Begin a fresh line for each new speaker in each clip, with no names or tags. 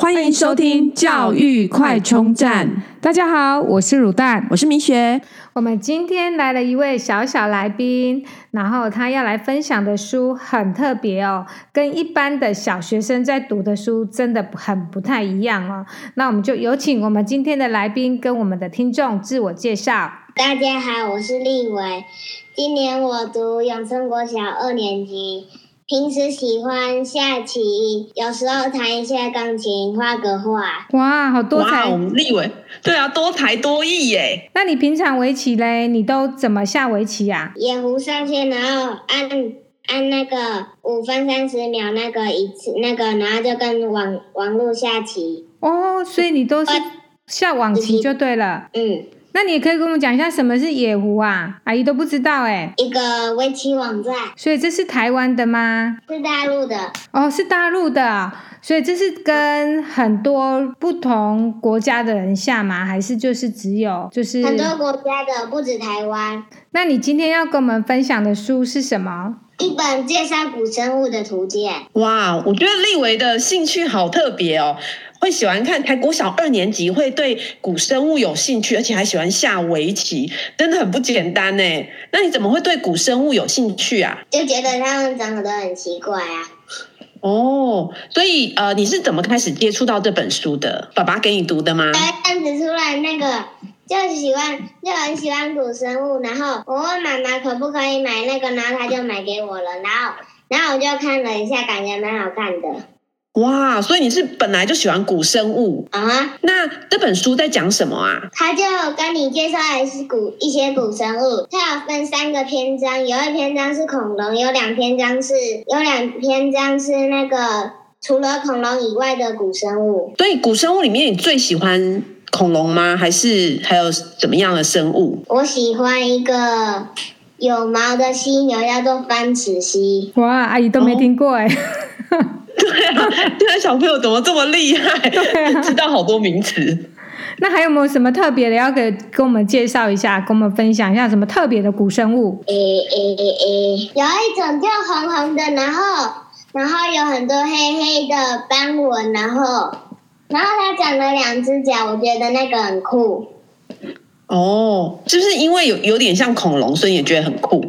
欢迎收听教育快充站，
大家好，我是乳蛋。
我是明学。
我们今天来了一位小小来宾，然后他要来分享的书很特别哦，跟一般的小学生在读的书真的很不太一样哦。那我们就有请我们今天的来宾跟我们的听众自我介绍。
大家好，我是立伟，今年我读永春国小二年级。平时喜欢下棋，有时候弹一下钢琴，画个画。
哇，好多
哇
才！
哦，立伟，对啊，多才多艺耶。
那你平常围棋嘞，你都怎么下啊围棋呀、
眼弧上线，然后按按那个五分三十秒那个一次那个，然后就跟网网络下棋。
哦，所以你都是
呃
我
下网棋就对了。
嗯，
那你也可以跟我们讲一下什么是野狐啊？阿姨都不知道哎、
一个围棋网站
所以这是台湾的吗？
是大陆的，
哦，是大陆的啊、所以这是跟很多不同国家的人下吗？还是就是只有就是？
很多国家的，不止台湾。
那你今天要跟我们分享的书是什么？
一本介绍古生物的图鉴。
哇，我觉得立伟的兴趣好特别哦，会喜欢看，才国小二年级会对古生物有兴趣，而且还喜欢下围棋，真的很不简单呢。那你怎么会对古生物有兴趣啊？
就觉得他们长得都很奇怪啊。
哦，所以呃，你是怎么开始接触到这本书的？爸爸给你读的吗？
样子出来那个，就喜欢就很喜欢古生物。然后我问妈妈可不可以买那个，然后她就买给我了。然后然后我就看了一下，感觉蛮好看的
哇，所以你是本来就喜欢古生物。
啊。
那这本书在讲什么啊？
他就跟你介绍的是古一些古生物，它有分三个篇章，有一篇章是恐龙，有两篇章是有两篇章是那个除了恐龙以外的古生物。
所以古生物里面，你最喜欢恐龙吗？还是 还有怎么样的生物？
我喜欢一个有毛的犀牛，叫做番齿犀。
哇，阿姨都没听过哎、
对啊，现在小朋友怎么这么厉 害？
对啊
知道好多名词。
那还有没有什么特别的要给跟我们介绍一下，跟我们分享一下什么特别的古生物？
诶诶诶诶，有一种就红红的，然后然后有很多黑黑的斑纹，然后然后它长了两只脚，我觉得那个很酷。
哦，是不是因为有有点像恐龙，所以也觉得很酷？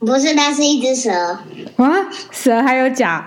不是，它是一只蛇，
哇，蛇还有脚。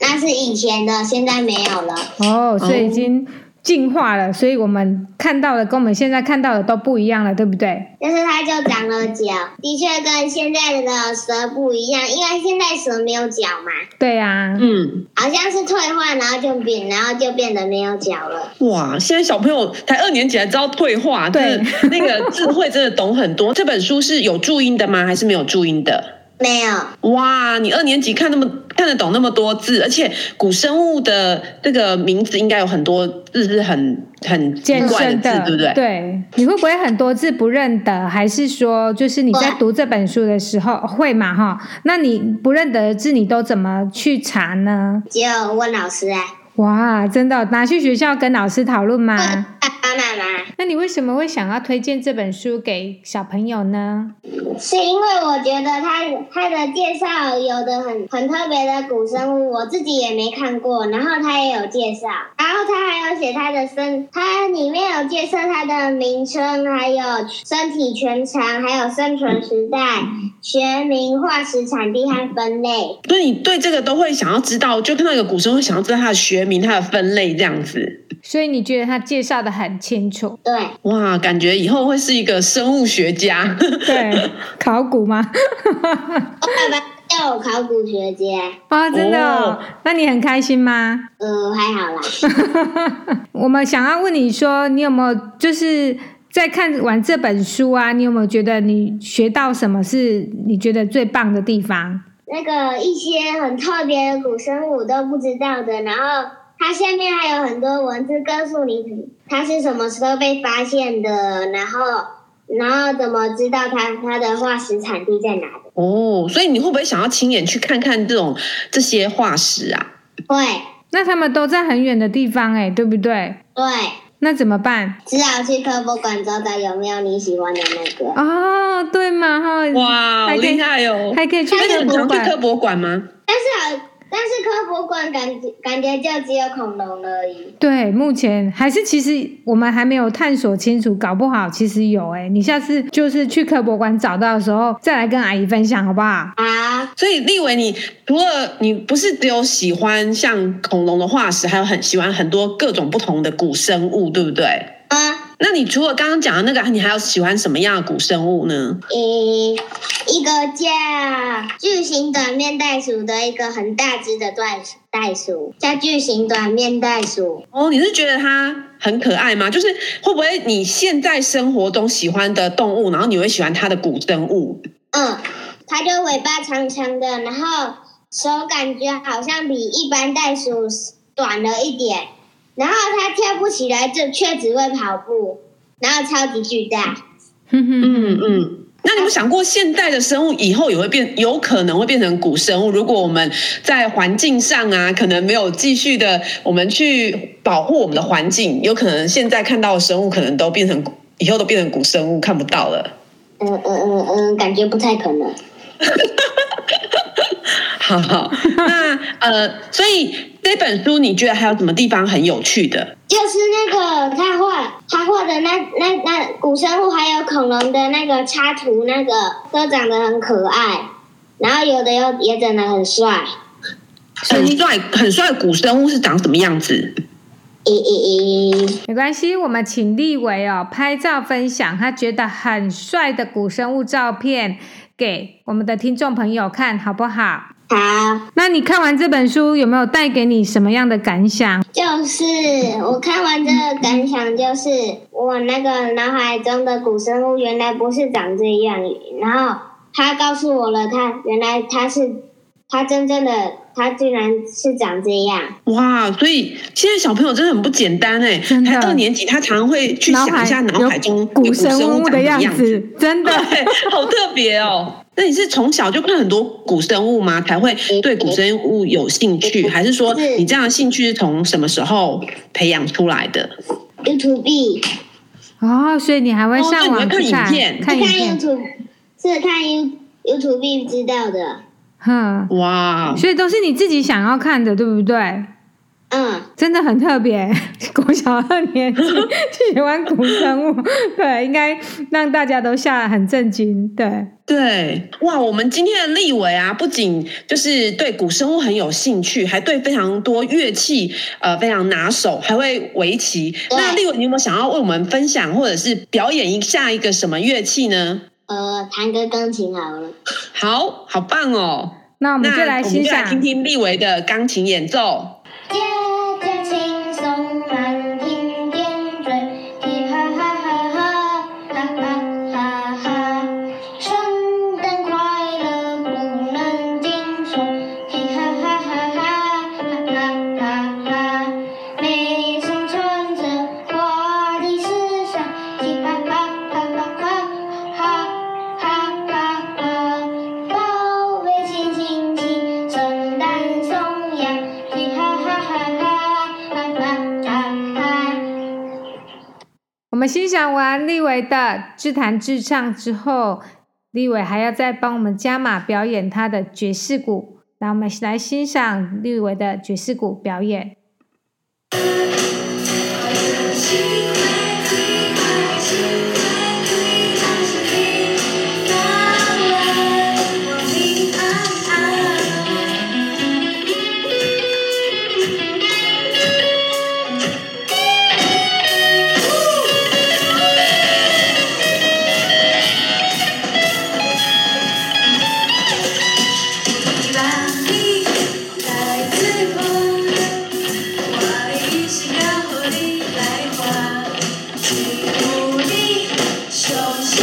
那是以前的，现在没有了。
哦，所以已
哦
经进化了，所以我们看到的跟我们现在看到的都不一样了，对不对？
但是它就长了脚，的确跟现在的蛇不一样，因为现在蛇没有脚嘛，
对啊，
嗯，
好像是退化，然后就变，然后就变得没有脚了。
哇，现在小朋友才二年级还知道退化，
对
真的那个智慧真的懂很多。这本书是有注音的吗？还是没有注音的？
没有，
哇，你二年级看那么看得懂那么多字，而且古生物的这个名字应该有很多字是很很奇
健
怪
身
字，对不对？
你会不会很多字不认得？还是说，就是你在
会
读这本书的时候会嘛？哈，那你不认得的字，你都怎么去查呢？
只有问老师啊，
哇，真的哦拿去学校跟老师讨论吗？
问爸爸妈妈。
那你为什么会想要推荐这本书给小朋友呢？
是因为我觉得他他的介绍有的很很特别的古生物，我自己也没看过，然后他也有介绍，然后他还有写他的身，他里面有介绍他的名称，还有身体全长，还有生存时代、学名、化石产地和分类。
所以你对这个都会想要知道，就看到一个古生会想要知道它的学名、它的分类这样子。
所以你觉得他介绍的很清 楚，
对，
哇，感觉以后会是一个生物学家。
对，考古吗？
我爸爸叫我考古学家，
啊、真的、哦
哦
那你很开心吗？
呃，还好啦。
我们想要问你说，你有没有就是在看完这本书啊？你有没有觉得你学到什么是你觉得最棒的地方？
那个一些很特别的古生物都不知道的，然后它下面还有很多文字告诉你它是什么时候被发现的，然后然后怎么知道它它的化石产地在哪的。
哦，所以你会不会想要亲眼去看看这种这些化石啊？
对
那他们都在很远的地方、欸，对不对？
对，
那怎么办？
只好去科博馆找找有没有你喜欢的那个。
哦，对嘛哈，
哇，好
还可以
厉害哦！
还可以去
那你很
科博
常去科
馆。
博馆吗？
但是好，啊但是科普馆感觉感觉就只有恐龙而已。
对，目前还是其实我们还没有探索清楚，搞不好其实有哎、你下次就是去科博馆找到的时候，再来跟阿姨分享好不好？
啊，
所以立伟，你除了你不是只有喜欢像恐龙的化石，还有很喜欢很多各种不同的古生物，对不对？
嗯，
那你除了刚刚讲的那个，你还有喜欢什么样的古生物呢？
一一个叫巨型短面袋鼠的一个很大只的袋鼠，袋鼠叫巨型短面袋鼠。
哦，你是觉得它很可爱吗？就是会不会你现在生活中喜欢的动物，然后你会喜欢它的古生物？
嗯，它就尾巴长长的，然后手感觉好像比一般袋鼠短了一点，然后它跳不起来，就却只会跑步，然后超级巨大。
哼哼，
嗯嗯。那你有没有想过，现代的生物以后也会变，有可能会变成古生物？如果我们在环境上啊，可能没有继续的，我们去保护我们的环境，有可能现在看到的生物，可能都变成古以后都变成古生物，看不到了。
嗯嗯嗯嗯，感觉不太可能。
好好，那呃，所以这本书你觉得还有什么地方很有趣的？
就是那个他画他画的那那那古生物还有恐龙的那个插图，那个都长得很可爱，然后有的又也长得很帅。
很帅，很帅，古生物是长什么样子？
咦咦咦！
没关系，我们请立伟哦拍照分享他觉得很帅的古生物照片给我们的听众朋友看，好不好？
好，
那你看完这本书有没有带给你什么样的感想？
就是我看完这个感想，就是我那个脑海中的古生物原来不是长这样，然后他告诉我了他，原来他是他真正的他居然是长这样。
哇，所以现在小朋友真的很不简单哎、
真的
才二年级，他常会去想一下脑海中
有古生
物长
物
什么
的样
样，
子， 真的。
对，好特别哦。那你是从小就看很多古生物吗？才会对古生物有兴趣，还是说
是
你这样的兴趣是从什么时候培养出来的？
YouTube。
哦，所以你还会
哦
上
对
网
你会
去
看
看
影片
看影
看
片，
YouTube 是看 You YouTube 知道的，
哼，
哇，
所以都是你自己想要看的，对不对？
嗯，
真的很特别， 国小二 年级喜欢古生物，对，应该让大家都吓得很震惊，对，
对，哇，我们今天的立伟啊，不仅就是对古生物很有兴趣，还对非常多乐器呃非常拿手，还会围棋。
对
那立伟，你有没有想要为我们分享或者是表演一下一个什么乐器呢？
呃，弹个钢琴好了。
好好棒哦！
那我
那
们就来
我
欣
们就来
赏
听听立伟的钢琴演奏。
节节轻松，满天点缀，嘻哈哈哈哈哈哈哈哈。圣诞快乐，不能停手，嘻哈哈哈哈哈哈哈哈。每双穿着花的时尚，嘻哈哈哈哈哈哈哈哈哈。宝贝，亲亲亲，圣诞颂扬，嘻哈哈哈哈哈哈哈哈。
我们欣赏完立伟的自弹自唱之后，立伟还要再帮我们加码表演他的爵士鼓。那我们来欣赏立伟的爵士鼓表演。
来自我。我一起高丽来花，起舞的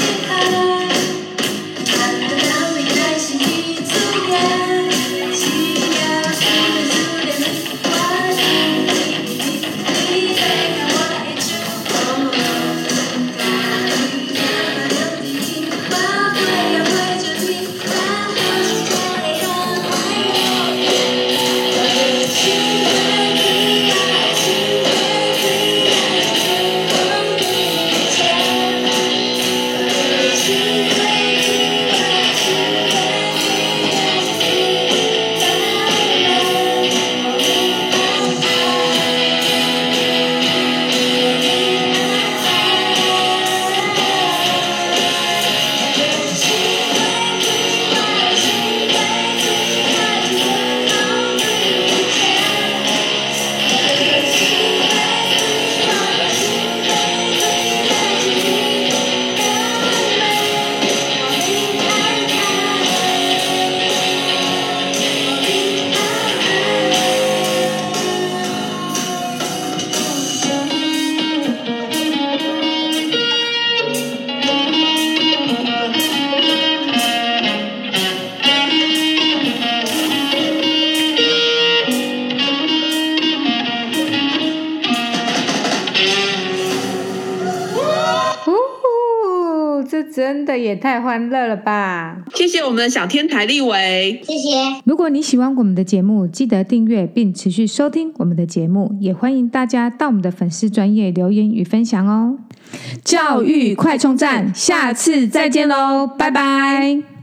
哦
真的也太欢乐了吧！
谢谢我们的小天才立维，
谢谢，
如果你喜欢我们的节目，记得订阅并持续收听我们的节目，也欢迎大家到我们的粉丝专业留言与分享哦。
教育快充站，下次再见喽，拜拜。